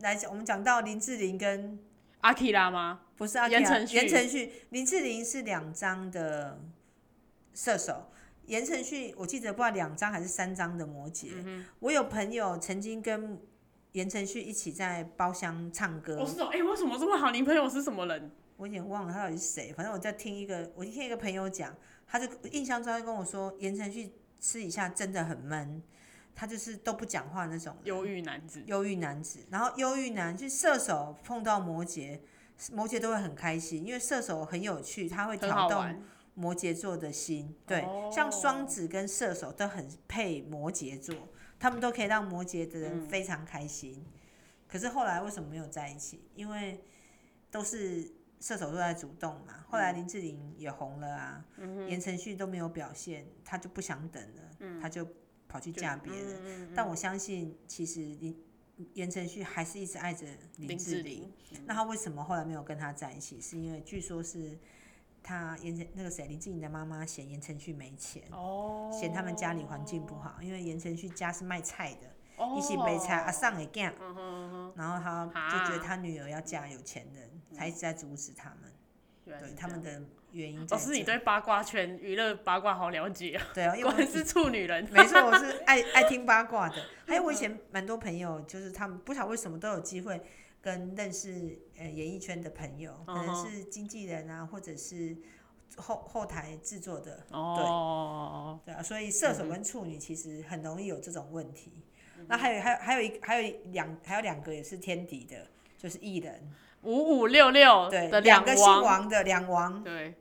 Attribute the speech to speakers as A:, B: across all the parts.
A: 来讲，我们讲到林志玲跟
B: 阿基拉吗？
A: 不是阿
B: 言
A: Kira，
B: 承旭
A: 言承旭，林志玲是两张的射手，言承旭我记得不知道两张还是三张的摩羯。
B: 嗯
A: 我有朋友曾经跟言承旭一起在包厢唱歌，
B: 我是说，哎、为什么这么好？你朋友是什么人？
A: 我有点忘了他到底是谁，反正我在听一个，我听一个朋友讲，他就印象中他跟我说，言承旭私底下真的很闷，他就是都不讲话那种人
B: 忧郁男子。
A: 忧郁男子，然后忧郁男就是射手碰到摩羯，摩羯都会很开心，因为射手很有趣，他会
B: 很好
A: 挑动
B: 玩，
A: 摩羯座的心。对，
B: 哦
A: 像双子跟射手都很配摩羯座，他们都可以让摩羯的人非常开心。可是后来为什么没有在一起？因为都是射手座在主动嘛。后来林志玲也红了啊，言承旭都没有表现，他就不想等了，他就跑去
B: 就
A: 嫁别人。但我相信，其实林言承旭还是一直爱着林志玲。
B: 玲，
A: 那他为什么后来没有跟他在一起？是因为据说是他言承那个谁林志颖的妈妈嫌言承旭没钱，
B: 哦，
A: 嫌他们家里环境不好，因为言承旭家是卖菜的，
B: 哦，
A: 一起卖菜啊上也干，
B: 嗯哼嗯哼，
A: 然后他就觉得
B: 啊
A: 他女儿要嫁有钱人，才一直在阻止他们。
B: 原来
A: 对
B: 是
A: 他们
B: 这
A: 的原因
B: 样。
A: 在
B: 老师，你
A: 这，
B: 对八卦圈、娱乐八卦好了解啊，
A: 对啊， 因为
B: 果然
A: 我
B: 是处女人。
A: 没错，我是爱爱听八卦的。还有我以前蛮多朋友，就是他们不晓得为什么都有机会跟认识呃演艺圈的朋友，可
B: 嗯
A: 能
B: 哼
A: 是经纪人啊，或者是后后台制作的，
B: 哦，
A: 对啊。所以射手跟处女其实很容易有这种问题。
B: 嗯
A: 那还有还有还有一个还有两还有两个也是天敌的，就是艺人，
B: 五五六六
A: 对
B: 哦的，
A: 两个姓
B: 王，
A: 王的两王，
B: 对，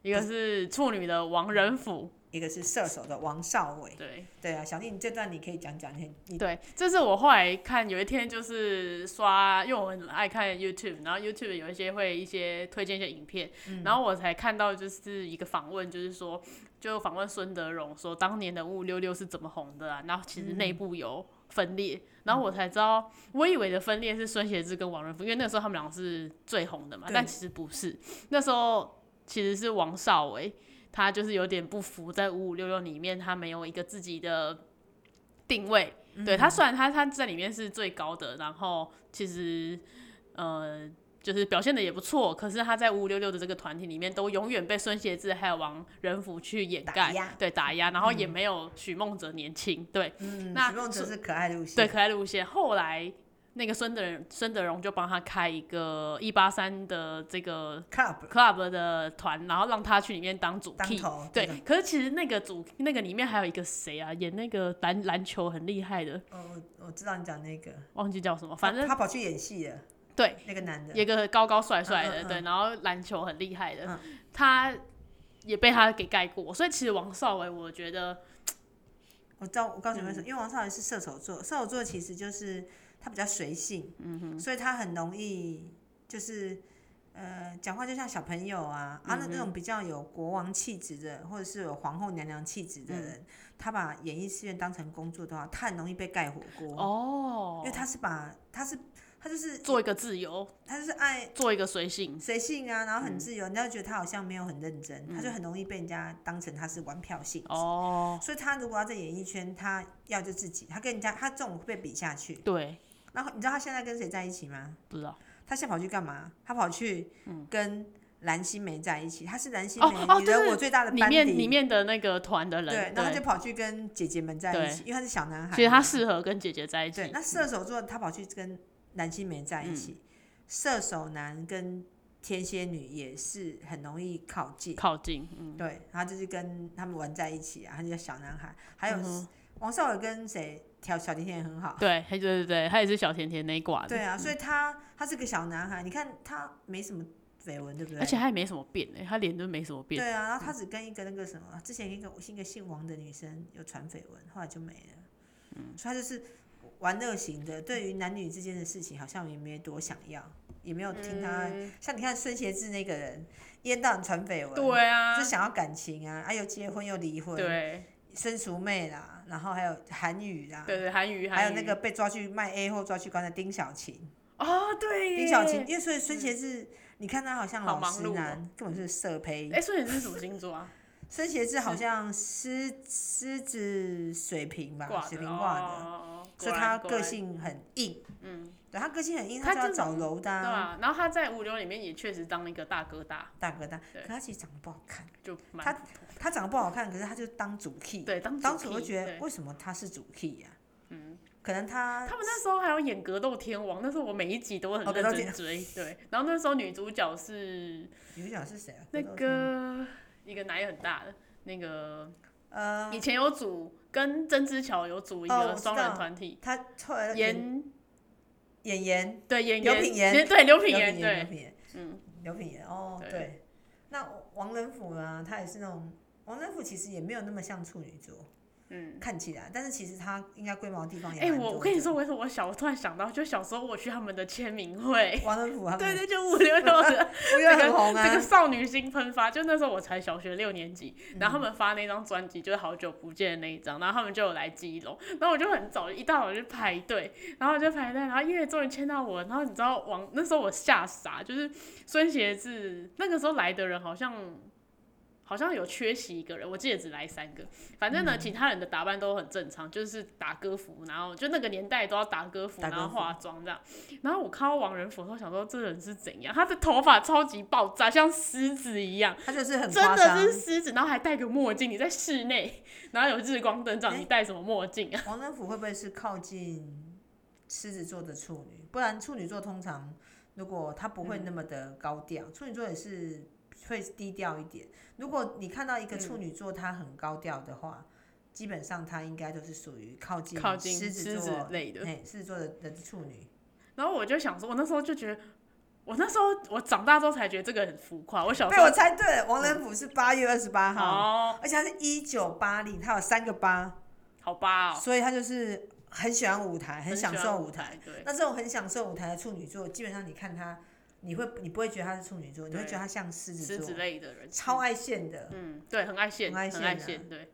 B: 一个是处女的王仁甫，
A: 一个是射手的王少伟，
B: 对
A: 对啊。小丽，你这段你可以讲讲你你
B: 对，这是我后来看有一天就是刷，因为我很爱看 YouTube，然后 YouTube 有一些会一些推荐一些影片，然后我才看到就是一个访问，就是说就访问孙德荣说当年的五六六是怎么红的啊，然后其实内部有分裂，然后我才知道，我以为的分裂是孙协志跟王仁甫，因为那时候他们俩是最红的嘛，
A: 对
B: 但其实不是，那时候其实是王少伟。他就是有点不服，在五五六六里面，他没有一个自己的定位。
A: 嗯
B: 对他，虽然他他在里面是最高的，然后其实呃就是表现的也不错，可是他在五五六六的这个团体里面，都永远被孙协志还有王仁甫去掩
A: 打
B: 盖
A: 压，
B: 对打压，然后也没有许梦哲年轻，对，
A: 嗯，
B: 那
A: 许梦哲是可爱路线，
B: 对，可爱路线。后来那个孙德仁孙德荣就帮他开一个一八三的这个
A: club
B: club 的团，然后让他去里面当主
A: 当
B: key。
A: 头，
B: 对
A: 真的，
B: 可是其实那个主那个里面还有一个谁啊，演那个篮篮球很厉害的，
A: 哦，我我知道你讲那个，
B: 忘记叫什么，反
A: 他
B: 正
A: 他跑去演戏了，
B: 对，
A: 那个男的，
B: 一个高高帅帅
A: 嗯
B: 的，
A: 嗯嗯
B: 对，然后篮球很厉害的，
A: 嗯
B: 他也被他给盖过，所以其实王少伟，我觉得
A: 我知道，我告诉你
B: 嗯
A: 为什么，因为王少云是射手座，射手座其实就是他比较随性，
B: 嗯
A: 所以他很容易就是呃讲话就像小朋友啊，
B: 嗯
A: 啊那那种比较有国王气质的，或者是有皇后娘娘气质的
B: 嗯
A: 人，他把演艺事业当成工作的话，他很容易被盖火锅，
B: 哦
A: 因为，他是把他是他就是
B: 做一个自由，
A: 他就是爱
B: 做一个随性，
A: 随性啊，然后
B: 嗯
A: 很自由，人家就觉得他好像没有很认真，他就很容易被人家当成他是玩票性质。
B: 哦，
A: 所以他如果要在演艺圈，他要就自己，他跟人家他这种会被比下去。
B: 对，
A: 然后你知道他现在跟谁在一起吗？
B: 不知道。
A: 他现在跑去干嘛？他跑去跟蓝心湄在一起，他是蓝心
B: 嗯哦
A: 湄
B: 哦
A: 你
B: 就
A: 的
B: 是
A: 我最大的
B: 里
A: 班
B: 面里
A: 底。
B: 面的那个团的人，
A: 对
B: 对，，
A: 然后他就跑去跟姐姐们在一起，因为他是小男孩。
B: 其实他。适合跟姐姐在一
A: 对，
B: 起，
A: 那射手座他跑去跟蓝心湄在
B: 嗯
A: 一起，射手男跟天蝎女也是很容易靠近。
B: 靠近，嗯，
A: 对，他就是跟他们玩在一起啊，他就叫小男孩。还有
B: 嗯哼
A: 王少伟跟谁调小甜甜也很好，
B: 对，对对对，他也是小甜甜那一挂的，
A: 哦对啊，所以他他是个小男孩，你看他没什么绯闻，对不对？
B: 而且他也没什么变诶，他脸都没什么变，
A: 对啊，然后他只跟一个那个什么，之前一个一个姓王的女生有传绯闻，后来就没了。嗯，所以他就是玩乐型的，对于男女之间的事情好像也没多想要，也没有啊听他。
B: 嗯
A: 像你看孙协志那个人，一天到晚传绯闻，、
B: 对啊
A: 就，想要感情啊，啊又结婚又离婚，
B: 对
A: 孙淑妹啦，然后还有韩语啦，
B: 对对，韩语，
A: 还有
B: 韩
A: 那
B: 语
A: 个被抓去卖 A 货抓去关的丁小琴，
B: 哦，对耶，
A: 丁小琴，因为所以孙协志，你看他好像
B: 好
A: 老
B: 忙
A: 实
B: 碌哦
A: 男，根本是色胚。
B: 哎，所以你是什么星座啊？
A: 生茄字好像狮狮子水瓶吧，
B: 挂
A: 水
B: 的
A: 瓶挂的，
B: 哦，
A: 所以
B: 果
A: 他
B: 然
A: 个，性很硬。
B: 嗯，
A: 对他个性很硬，他
B: 他
A: 就要
B: 这
A: 找
B: 种
A: 柔的、
B: 果然对
A: 啊、
B: 啊。然后他在五流里面也确实当一个大哥大，
A: 大哥大，
B: 对
A: 可他其实长得不好看。
B: 就蛮
A: 他他长得不好看，可是他就当主 key。
B: 对当
A: 当时
B: 主
A: 我就
B: key，
A: 觉
B: 对
A: 得为什么他是主 key 呀、嗯，可能他
B: 他们那时候还有演《格斗天王》，那时候我每一集都很
A: 哦格
B: 认
A: 斗
B: 真
A: 天
B: 追。对，然后那时候女主角是
A: 女主角是谁啊？
B: 那
A: 格斗天
B: 个一个奶很大的那个，
A: 呃，哦
B: 以前有组跟曾之乔有组一个
A: 我知
B: 双人
A: 道
B: 团体，
A: 他后来演
B: 演
A: 演员
B: 对演
A: 刘品言
B: 言对刘
A: 刘
B: 品
A: 品
B: 言
A: 言，
B: 对
A: 刘品言，
B: 嗯，
A: 刘品言哦，
B: 对
A: 对。那王仁甫啊，他也是那种王仁甫其实也没有那么像处女座，
B: 嗯。
A: 看起来，但是其实他应该龟毛的地方也
B: 哎、
A: 蛮
B: 我
A: 多
B: 我跟你
A: 的
B: 说，，我为什么我小我突然想到，就小时候我去他们的签名会，
A: 王仁甫他们
B: 哎对对，就五六六的
A: 我
B: 这
A: 觉得
B: 个
A: 很红
B: 这个
A: 啊，
B: 少女心喷发，就那时候我才小学六年级，然后他们发那张专辑就是好久不见的那一张，然后他们就有来基隆，然后我就很早一大早就排队，然后我就排队，然后因为终于签到我，然后你知道王那时候我吓傻，就是孙协志那个时候来的人好像。好像有缺席一个人，我记得只来三个。反
A: 嗯
B: 正呢，其他人的打扮都很正常，就是打歌服，然后就那个年代都要打歌服，
A: 打
B: 然后
A: 歌服
B: 化妆这样。然后我看到王仁甫的时候，想说这人是怎样？他的头发超级爆炸，像狮子一样，
A: 他就是很
B: 真
A: 夸
B: 的
A: 张。
B: 是狮子，然后还戴个墨镜。你在室内，然后有日光灯照，
A: 哎
B: 你戴什么墨镜啊？
A: 王仁甫会不会是靠近狮子座的处女？不然处女座通常如果他不会
B: 嗯
A: 那么的高调，处女座也是会低调一点。如果你看到一个处
B: 嗯
A: 女座他很高调的话，基本上他应该都是属于靠近
B: 靠近
A: 狮
B: 狮子
A: 座
B: 类的。
A: 哎，狮子座的的处女。
B: 然后我就想说，我那时候就觉得，我那时候我长大之后才觉得这个很浮夸。我小时
A: 被
B: 候
A: 我猜对了，王仁甫是八月二十八号，
B: 好
A: 而且他是一九八零，他有三个八，
B: 哦好吧、哦，
A: 所以他就是很喜欢舞台，很享
B: 喜欢
A: 受
B: 舞
A: 舞台。，
B: 对，
A: 那这种很享受舞台的处女座，基本上你看他，你会你不会觉得他是处女座，你会
B: 对
A: 觉得他像狮子
B: 狮
A: 座
B: 子，类的人
A: 超爱现的。
B: 嗯，对，很爱现，
A: 很爱
B: 很
A: 现
B: 爱
A: 啊
B: 现，对。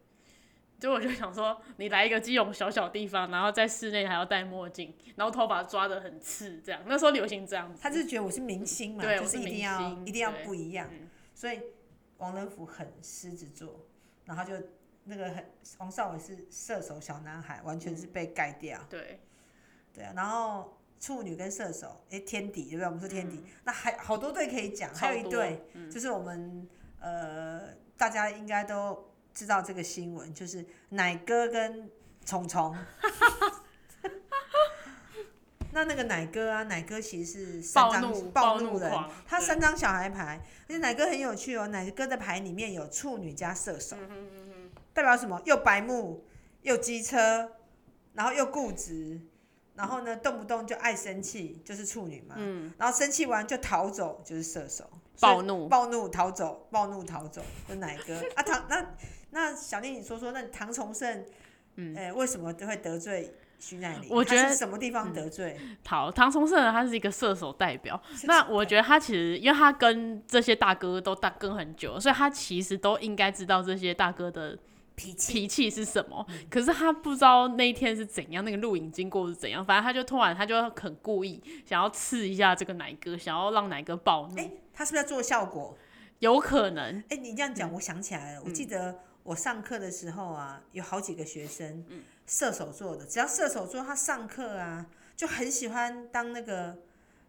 B: 就我就想说，你来一个基隆小小地方，然后在室内还要戴墨镜，然后头发抓的很刺，这样那时候流行这样子。
A: 他就觉得我是明星嘛，
B: 对
A: 就
B: 我是
A: 一定
B: 明
A: 要
B: 星
A: 一定要
B: 对
A: 不一样
B: 嗯。
A: 所以王仁甫很狮子座，然后就那个很王少伟是射手小男孩，完全是被
B: 嗯
A: 盖掉。
B: 对，
A: 对啊，然后处女跟射手，诶，天敌对不对？我们说天敌，那还好多队可以讲，还有
B: 嗯超
A: 一
B: 多
A: 队、
B: 嗯
A: 就是我们呃，大家应该都知道这个新闻，就是奶哥跟虫虫。 那那个奶哥啊，奶哥其实是三
B: 暴
A: 张
B: 怒
A: 暴
B: 暴怒
A: 人
B: 狂，
A: 他
B: 对
A: 三张小孩牌，而且奶哥很有趣哦，奶哥的牌里面有处女加射手，
B: 嗯
A: 代表什么？又白目，又机车，然后又固执，然后呢，动不动就爱生气，就是处女嘛。然后生气完就逃走，就是射手。
B: 嗯暴怒。
A: 暴怒逃走，暴怒逃走，就奶哥啊唐那那小丽，你说说，那唐崇盛，嗯，哎、为什么会得罪徐乃麟？
B: 我觉得嗯
A: 他是什么地方得罪？
B: 好，唐崇盛呢，他是一个射手代表。那我觉得他其实，因为他跟这些大哥都大跟很久，所以他其实都应该知道这些大哥的
A: 脾气
B: 脾气是什么。可是他不知道那一天是怎样，那个录影经过是怎样。反正他就突然，他就很故意想要刺一下这个奶哥，想要让奶哥暴怒。
A: 哎、他是不是在做效果？
B: 有可能，
A: 哎、你这样
B: 嗯
A: 讲，我想起来了，我记得我上课的时候啊，有好几个学生，
B: 嗯
A: 射手座的，只要射手座他上课啊，就很喜欢当那个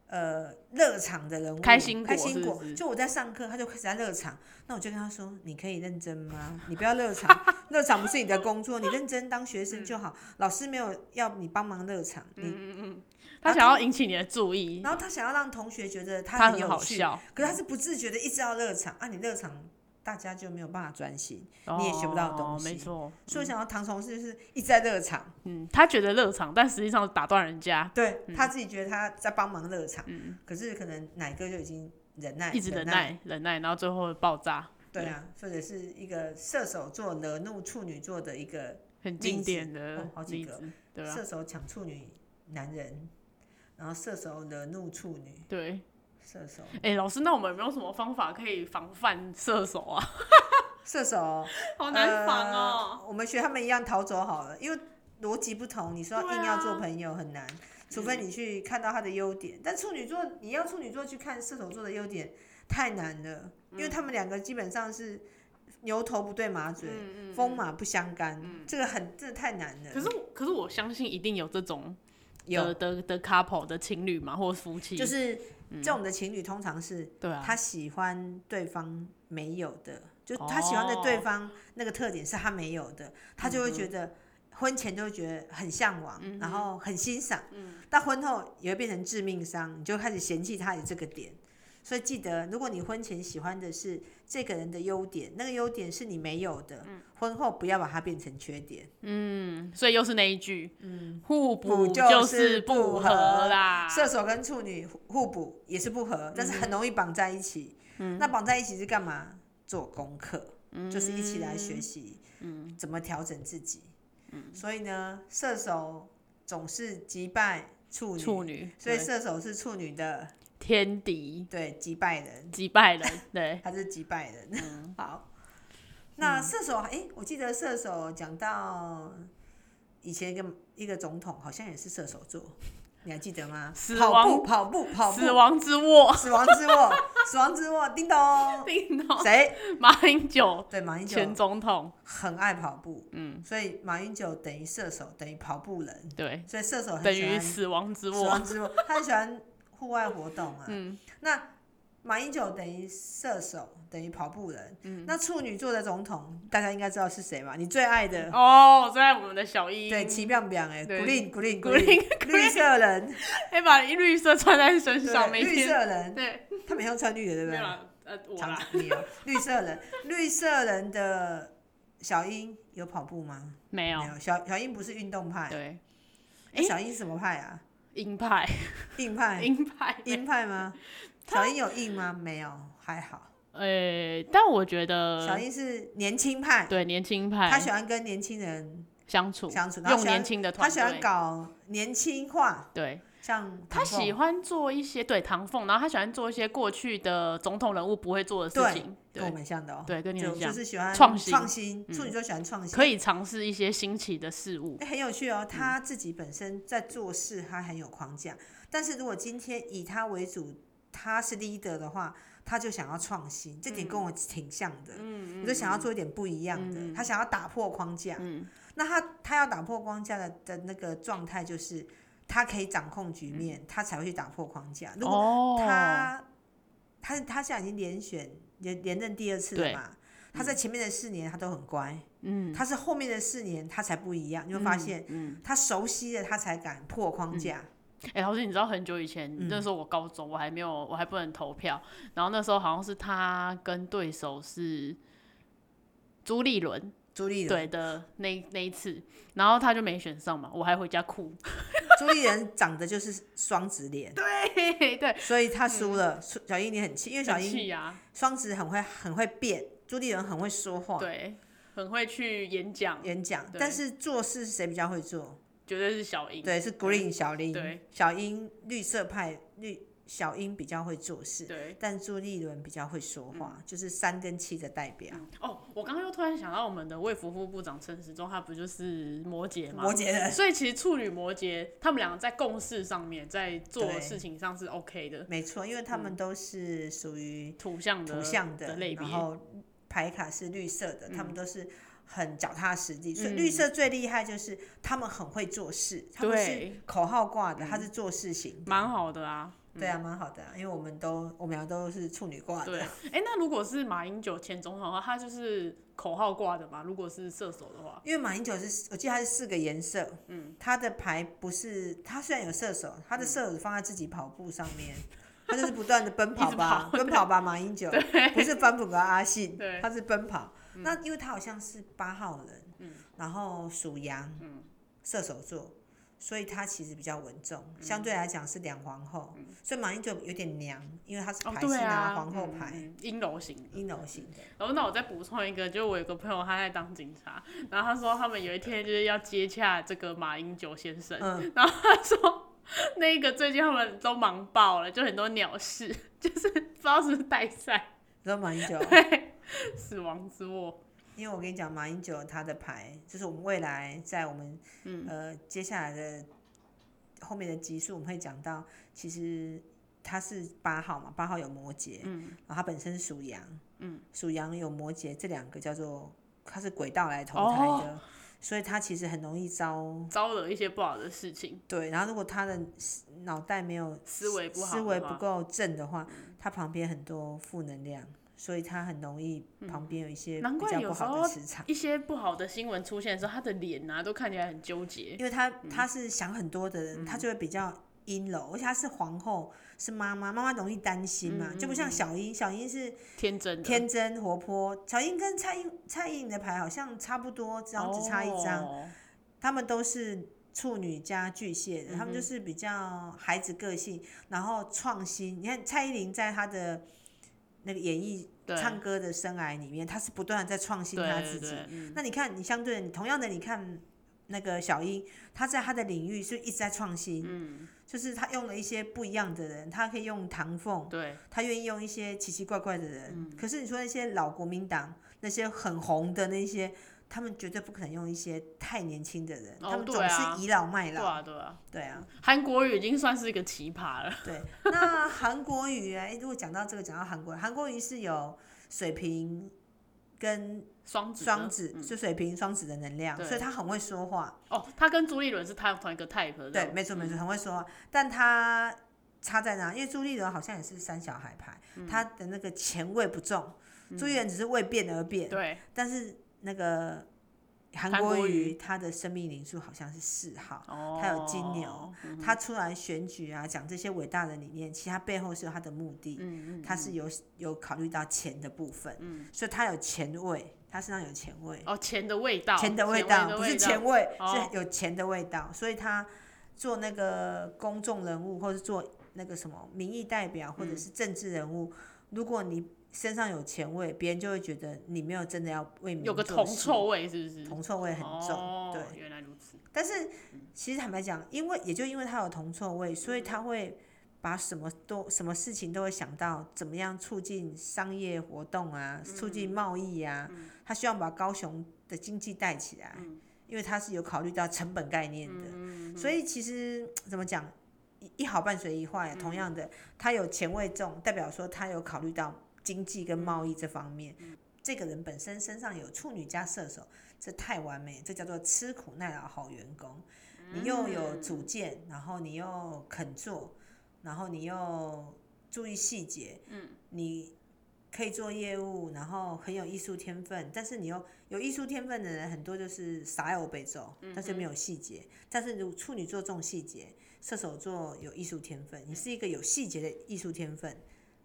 A: 呃热场的人物，
B: 开心果
A: 开心
B: 是
A: 果
B: 不是。
A: 就我在上课，他就开始在热场，那我就跟他说：“你可以认真吗？你不要热场，热场不是你的工作，你认真当学生就好。
B: 嗯
A: 老师没有要你帮忙热场，你。
B: 他想要引起你的注意，
A: 然后他想要让同学觉得
B: 他
A: 很
B: 很
A: 有
B: 好
A: 趣，
B: 笑，
A: 可是他是不自觉的一直要热场啊，你热场大家就没有办法专心。”你也学不到东西
B: 哦、没错，
A: 所以我想到唐崇是就是一直在热场，
B: 嗯，他觉得热场，但实际上打断人家，
A: 对、他自己觉得他在帮忙热场，可是可能奶哥就已经忍耐，
B: 嗯一直忍
A: 哎忍，
B: 耐忍耐，然后最后爆炸，
A: 对啊，或者是一个射手座惹怒处女座的一个
B: 很经典的
A: 例子哦好几
B: 例
A: 个
B: 子，对啊吧、
A: 射手抢处女男人，然后射手惹怒处女
B: 对，
A: 射手，
B: 哎、老师，那我们有没有什么方法可以防范射手 啊？
A: 射手
B: 好难防哦、
A: 呃我们学他们一样逃走好了，因为逻辑不同，你说
B: 对啊嗯
A: 硬要做朋友很难，除非你去看到他的优点。但处女座，你
B: 嗯
A: 要处女座去看射手座的优点太难了，因为他们两个基本上是牛头不对马嘴，
B: 嗯嗯嗯
A: 风马不相干，这个很这个太难了。
B: 可是我可是我相信一定有这种
A: 有
B: 的的的 couple 的情侣嘛，或者夫妻，
A: 就是这种的情侣通常是
B: 对啊，
A: 他喜欢对方没有的，就他喜欢的对方那个特点是他没有的，他就会觉得婚前就会觉得很向往，
B: 嗯
A: 然后很欣赏，到婚后也会变成致命伤，你就开始嫌弃他的这个点。所以记得，如果你婚前喜欢的是这个人的优点，那个优点是你没有的，婚后不要把它变成缺点。
B: 嗯，所以又是那一句，嗯，互
A: 补
B: 补
A: 就
B: 就是是
A: 不
B: 不
A: 合
B: 合啦，
A: 射手跟处女互互补也是不合，但是很容易绑在一起。
B: 嗯
A: 那绑在一起是干嘛？做功课，就是一起来学习，怎么调整自己。
B: 嗯
A: 所以呢，射手总是击败处女，
B: 处女，
A: 所以
B: 对
A: 射手是处女的，
B: 天敌
A: 对，击败人，
B: 击败 人，对，
A: 他是击败人。
B: 嗯
A: 好，那射手，哎、我记得射手讲到以前一个一个总统，好像也是射手座。你还记得吗？
B: 死
A: 跑
B: 亡
A: 步，跑步，跑步
B: 死，亡之握，
A: 死亡之握，死亡之握，叮咚，
B: 叮咚，
A: 谁？
B: 马英九
A: 对，马英
B: 前
A: 九
B: 总统，
A: 很爱跑步，
B: 嗯，
A: 所以马英九等于射手，等于跑步人，
B: 对，
A: 所以射手很
B: 等
A: 喜
B: 于
A: 欢
B: 死亡之
A: 死
B: 握，
A: 亡之握，他很喜欢户外活动啊。
B: 嗯，
A: 那马英九等于射手，等于跑步人。嗯，那处女座的总统，大家应该知道是谁吧？你最爱的。
B: 哦，最爱我们的小英，
A: 对，齐彪彪哎，古
B: 对
A: 令古令
B: 古
A: 令
B: 令，
A: 绿色人，
B: 哎，把绿色穿在身上，
A: 对，
B: 每
A: 绿
B: 天，
A: 色人，
B: 对，
A: 他每天都穿绿的，对不
B: 没
A: 对
B: 有？啦，呃，我
A: 长
B: 啦，
A: 颈鹿， 绿色人，绿色人的小鹰有跑步吗？
B: 没有啊
A: 没，有，小小鹰不是运动派，
B: 对，
A: 哎，小鹰是什么派啊？
B: 鹰派，
A: 硬派，
B: 鹰派，
A: 鹰派吗？小鹰有硬吗？没有，还好。
B: 呃，但我觉
A: 小
B: 得，
A: 鹰是年轻派，
B: 对，年轻
A: 他
B: 派
A: 喜欢跟年轻人
B: 相处，
A: 相处，然后
B: 用
A: 喜欢
B: 年轻的
A: 他
B: 团
A: 喜欢
B: 队，
A: 搞年轻化，
B: 对。
A: 像
B: 他
A: 唐凤
B: 喜欢做一些对唐凤，然后他喜欢做一些过去的总统人物不会做的
A: 对
B: 事情，
A: 跟我
B: 对
A: 们像的哦，
B: 对，跟你
A: 就
B: 很
A: 就
B: 像，
A: 是喜欢
B: 创新
A: 创新，
B: 嗯
A: 处女座喜欢创新，
B: 可以尝试一些新奇的事物。
A: 欸很有趣哦，他自己本身在做事，他很有框架。但是如果今天以他为主，他是 leader 的话，他就想要创新，这点跟我挺像的。嗯嗯，我就想要做一点不一样的，他想要打破框架。嗯，那他他要打破框架的的那个状态就是，他可以掌控局面，他才会去打破框架。如果
B: 哦，
A: 他、他他现在已经连选连连任第二次了
B: 对
A: 嘛，他在前面的四年他都很乖。他是后面的四年他才不一样，你会
B: 嗯
A: 发现，
B: 嗯，
A: 他熟悉了他才敢破框架。
B: 哎、老师，你知道很久以前，
A: 嗯
B: 那时候我高中，我还没有，我还不能投票，然后那时候好像是他跟对手是朱立伦
A: 朱立伦，
B: 对的那那一次，然后他就没选上嘛，我还回家哭，
A: 朱立伦长得就是双子脸，
B: 对对，嗯
A: 所以他输了。苏小英你很气，因为小
B: 很
A: 英
B: 气啊呀、
A: 双子很会很会变，朱立伦很会说话、
B: 对，很会去演讲，
A: 演讲，
B: 对
A: 但是做事谁比较会做？
B: 绝对是小英，
A: 对，是 Green 小
B: 对
A: 英，小英绿色派绿小英比较会做事，
B: 对。
A: 但朱立伦比较会说话，
B: 嗯
A: 就是三跟七的代表。
B: 哦，我刚刚又突然想到，我们的卫福部部长陈时中，他不就是摩羯吗？
A: 摩羯人
B: 所以其实处女摩羯，他们两个在共事上面，在做
A: 对
B: 事情上是 OK 的，
A: 没错，因为他们都是属于
B: 图像嗯的
A: 图像
B: 的类别
A: 然，后牌卡是绿色的，他们都是很脚踏实地。所以
B: 嗯
A: 绿色最厉害就是他们很会做事，他们是
B: 对嗯
A: 口号挂的，他是做事型的。
B: 蛮好的啊。
A: 对啊，蛮好的、啊，因为我们都我们俩都是处女挂
B: 对，
A: 的
B: 哎。、那如果是马英九前总统的话，他就是口号挂的嘛。如果是射手的话，
A: 因为马英九是，我记得他是四个颜色，嗯，他的牌不是，他虽然有射手，
B: 嗯
A: 他的射手放在自己跑步上 面，他就是不断的奔跑吧，奔跑吧，马英九，不是翻滚吧阿信
B: 对，嗯
A: 他是奔跑。那因为他好像是八号人，然后属羊，
B: 嗯
A: 射手座，所以他其实比较稳重，
B: 嗯
A: 相对来讲是两皇后，所以马英九有点娘，因为他是
B: 哦，
A: 牌是
B: 对
A: 拿
B: 啊，
A: 皇后
B: 嗯
A: 牌，
B: 嗯阴柔型
A: 阴柔型的。
B: 然后那我再补充一个，就我有个朋友他在当警察，然后他说他们有一天就是要接洽这个马英九先生，
A: 嗯
B: 然后他说那个最近他们都忙爆了，就很多鸟事， 就是不知道是不是代赛，
A: 然后马英 九。
B: 对，死亡之握，
A: 因为我跟你讲，马英九他的牌就是我们未来在我们、
B: 嗯
A: 呃接下来的后面的集数，我们会讲到，其实他是八号嘛，八号有摩羯，嗯，然后他本身是属羊，嗯，属羊有摩羯这两个叫做他是轨道来投胎的，
B: 哦
A: 所以他其实很容易招
B: 招惹一些不好的事情，
A: 对。然后如果他的思脑袋没有
B: 思维不好，嗯
A: 思维不，够正的话，他旁边很多负能量，所以他很容易旁边有一些
B: 嗯难
A: 比
B: 怪
A: 较
B: 有
A: 不
B: 时
A: 好
B: 候
A: 的磁场。
B: 一些不好的新闻出现的时候，他的脸啊都看起来很纠结。
A: 因为他
B: 嗯
A: 他是想很多的人，他就会比较阴柔，而且他是皇后，是妈妈，妈妈容易担心嘛，
B: 嗯
A: 就不像小英，小英是
B: 天真的，
A: 天真活泼，小英跟蔡英蔡依林的牌好像差不多，只要只差一张，
B: 哦
A: 他们都是处女加巨蟹的，他
B: 嗯
A: 们就是比较孩子个性，然后创新。你看蔡依林在她的那个演艺
B: 对
A: 唱歌的生涯里面，她是不断的在创新她自己，
B: 对对对嗯
A: 那你看，你相对的，你同样的，你看那个小英，她在她的领域是一直在创新，嗯，就是她用了一些不一样的人，她可以用唐凤，
B: 对，
A: 她愿意用一些奇奇怪怪的人。可是你说那些老国民党那些很红的那些，他们绝对不可能用一些太年轻的人，
B: 哦
A: 他们总
B: 对啊
A: 是倚老卖
B: 对
A: 老，
B: 啊，对啊，
A: 对啊，
B: 韩国语已经算是一个奇葩了。
A: 对。那韩国语哎、如果讲到这个，讲到韩国，韩国语是有水瓶跟
B: 双子呢，
A: 双子，就水瓶双子的嗯能量，
B: 对
A: 所以他很会说话。
B: 哦，他跟朱立伦是他同一个 type 的，
A: 对，没错没错，很会说话。但他差在哪？因为朱立伦好像也是三小孩牌，他的那个前位不重，朱立伦只是为变而变，
B: 对，
A: 但是那个韩
B: 韩
A: 国
B: 国
A: 瑜
B: 瑜
A: 他的生命灵数好像是四号。
B: 哦，
A: 还有金牛，他出来选举啊，讲这些伟大的理念，其实他背后是有他的目的，
B: 嗯嗯，
A: 他是有有考虑到钱的部分，所以他有前位，他身上有前位，
B: 哦，钱的味道，
A: 钱的味
B: 道
A: 道，不是钱味，
B: 哦
A: 是有钱的味道。所以他做那个公众人物，或者做那个什么民意代表，或者
B: 嗯
A: 是政治人物，如果你身上有钱味，别人就会觉得你没有真的要为民
B: 有个
A: 做
B: 铜
A: 事，
B: 臭味，是不是？
A: 铜臭味很重。
B: 哦
A: 对，
B: 原来如此。
A: 但是其实坦白讲，因为也就因为他有铜臭味，所以
B: 嗯
A: 他会。把什么都什么事情都会想到怎么样促进商业活动啊，促
B: 嗯
A: 进贸易啊，他希望把高雄的经济带起来，因为他是有考虑到成本概念的，所以其实怎么讲，一一好伴随一坏，啊同样的，他有前卫重，代表说他有考虑到经济跟贸易这方面。这个人本身身上有处女加射手，这太完美，这叫做吃苦耐劳好员工。你又有主见，然后你又肯做，然后你又注意细节，嗯，你可以做业务，然后很有艺术天分，但是你又有艺术天分的人很多就是傻有被揍，但是没有细节。但是如处女座重细节，射手座有艺术天分，你是一个有细节的艺术天分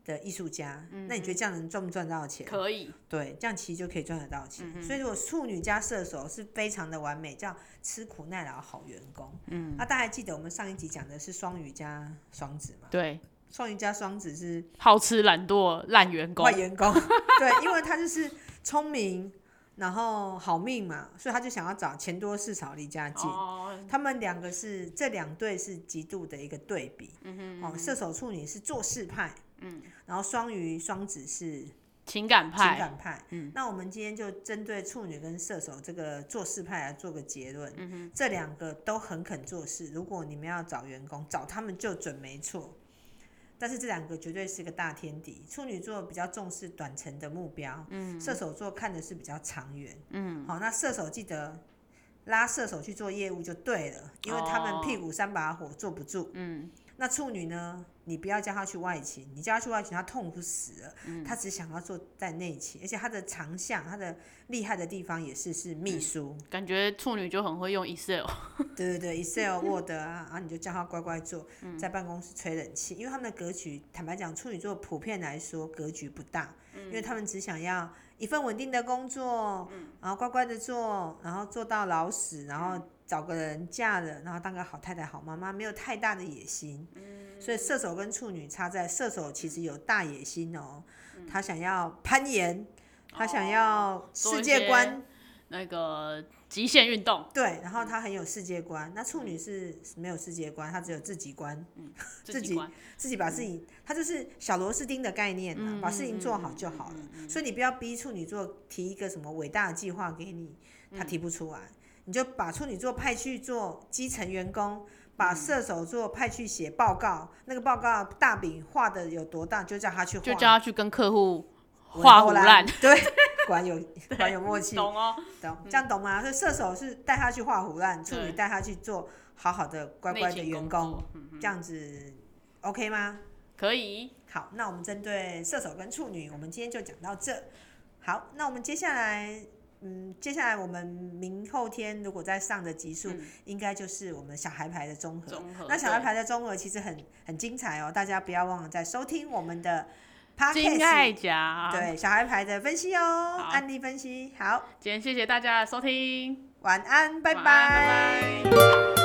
A: 的艺术家，那你觉得这样能赚不赚到钱？
B: 可以，
A: 对，这样其实就可以赚得到钱。所以如果处女加射手是非常的完美，叫吃苦耐劳好员工。嗯，那、大家还记得我们上一集讲的是双鱼加双子嘛？
B: 对，
A: 双鱼加双子是
B: 好吃懒惰烂员工
A: 坏，员工， 对，因为他就是聪明，然后好命嘛，所以他就想要找钱多事少离家近。
B: 哦，
A: 他们两个是这两对是极度的一个对比，
B: 嗯
A: 哦，射手处女是做事派，嗯，然后双鱼双子是
B: 情感
A: 情
B: 派，
A: 感派。那我们今天就针对处女跟射手这个做事派来做个结论。这两个都很肯做事，如果你们要找员工，找他们就准没错。但是这两个绝对是个大天敌。处女座比较重视短程的目标，射手座看的是比较长远。嗯，好，那射手记得拉射手去做业务就对了，因为他们
B: 哦
A: 屁股三把火坐不住。
B: 嗯，
A: 那处女呢？你不要叫她去外勤，你叫她去外勤，她痛苦死了。她只想要做在内勤，而且她的长项、她的厉害的地方也是是秘书。
B: 感觉处女就很会用 Excel，
A: 对对对，Excel、Word 啊，然后你就叫她乖乖做，在办公室吹冷气。因为他们的格局，坦白讲，处女座普遍来说格局不大，
B: 嗯
A: 因为他们只想要一份稳定的工作，
B: 嗯
A: 然后乖乖的做，然后做到老死，然
B: 嗯
A: 后找个人嫁了，然后当个好太太、好妈妈，没有太大的野心。
B: 嗯
A: 所以射手跟处女差在射手其实有大野心哦，
B: 嗯
A: 他想要攀岩，他想要
B: 哦做
A: 世
B: 一
A: 界
B: 些
A: 观，
B: 那个极限运动，
A: 对，然
B: 嗯
A: 后他很有世界观。那处女是没有世界观，她只有自己观，自己
B: 己管，
A: 自己把事情，她就是小螺丝钉的概念啊，把事情做好就
B: 嗯
A: 好了。所以你不要逼处女座提一个什么伟大的计
B: 嗯
A: 划给你，她提不出来。你就把处女座派去做基层员工，
B: 嗯
A: 把射手座派去写报告，那个报告大饼画的有多大，就叫他去画，
B: 就叫他去跟客户画胡 烂，，
A: 对，果 然有果然有默契，
B: 懂哦？
A: 懂这样懂吗？所以射手是带他去画胡烂，处
B: 对
A: 女带他去做好好的乖
B: 内
A: 乖的
B: 勤
A: 员
B: 工
A: 工
B: 作，嗯
A: 这样子 OK 吗？
B: 可以，
A: 好，那我们针对射手跟处女，我们今天就讲到这。好，那我们接下来，嗯，接下来我们明后天如果再上的集数，
B: 嗯
A: 应该就是我们小孩牌的综合。
B: 综合
A: 那小孩
B: 对
A: 牌的综合其实很很精彩哦，大家不要忘了再收听我们的
B: 金爱
A: podcast，
B: 甲，，
A: 对小孩牌的分析哦，
B: 好
A: 案例分析。好，
B: 今天谢谢大家的收听，
A: 晚安，拜
B: 晚安
A: 拜
B: 拜拜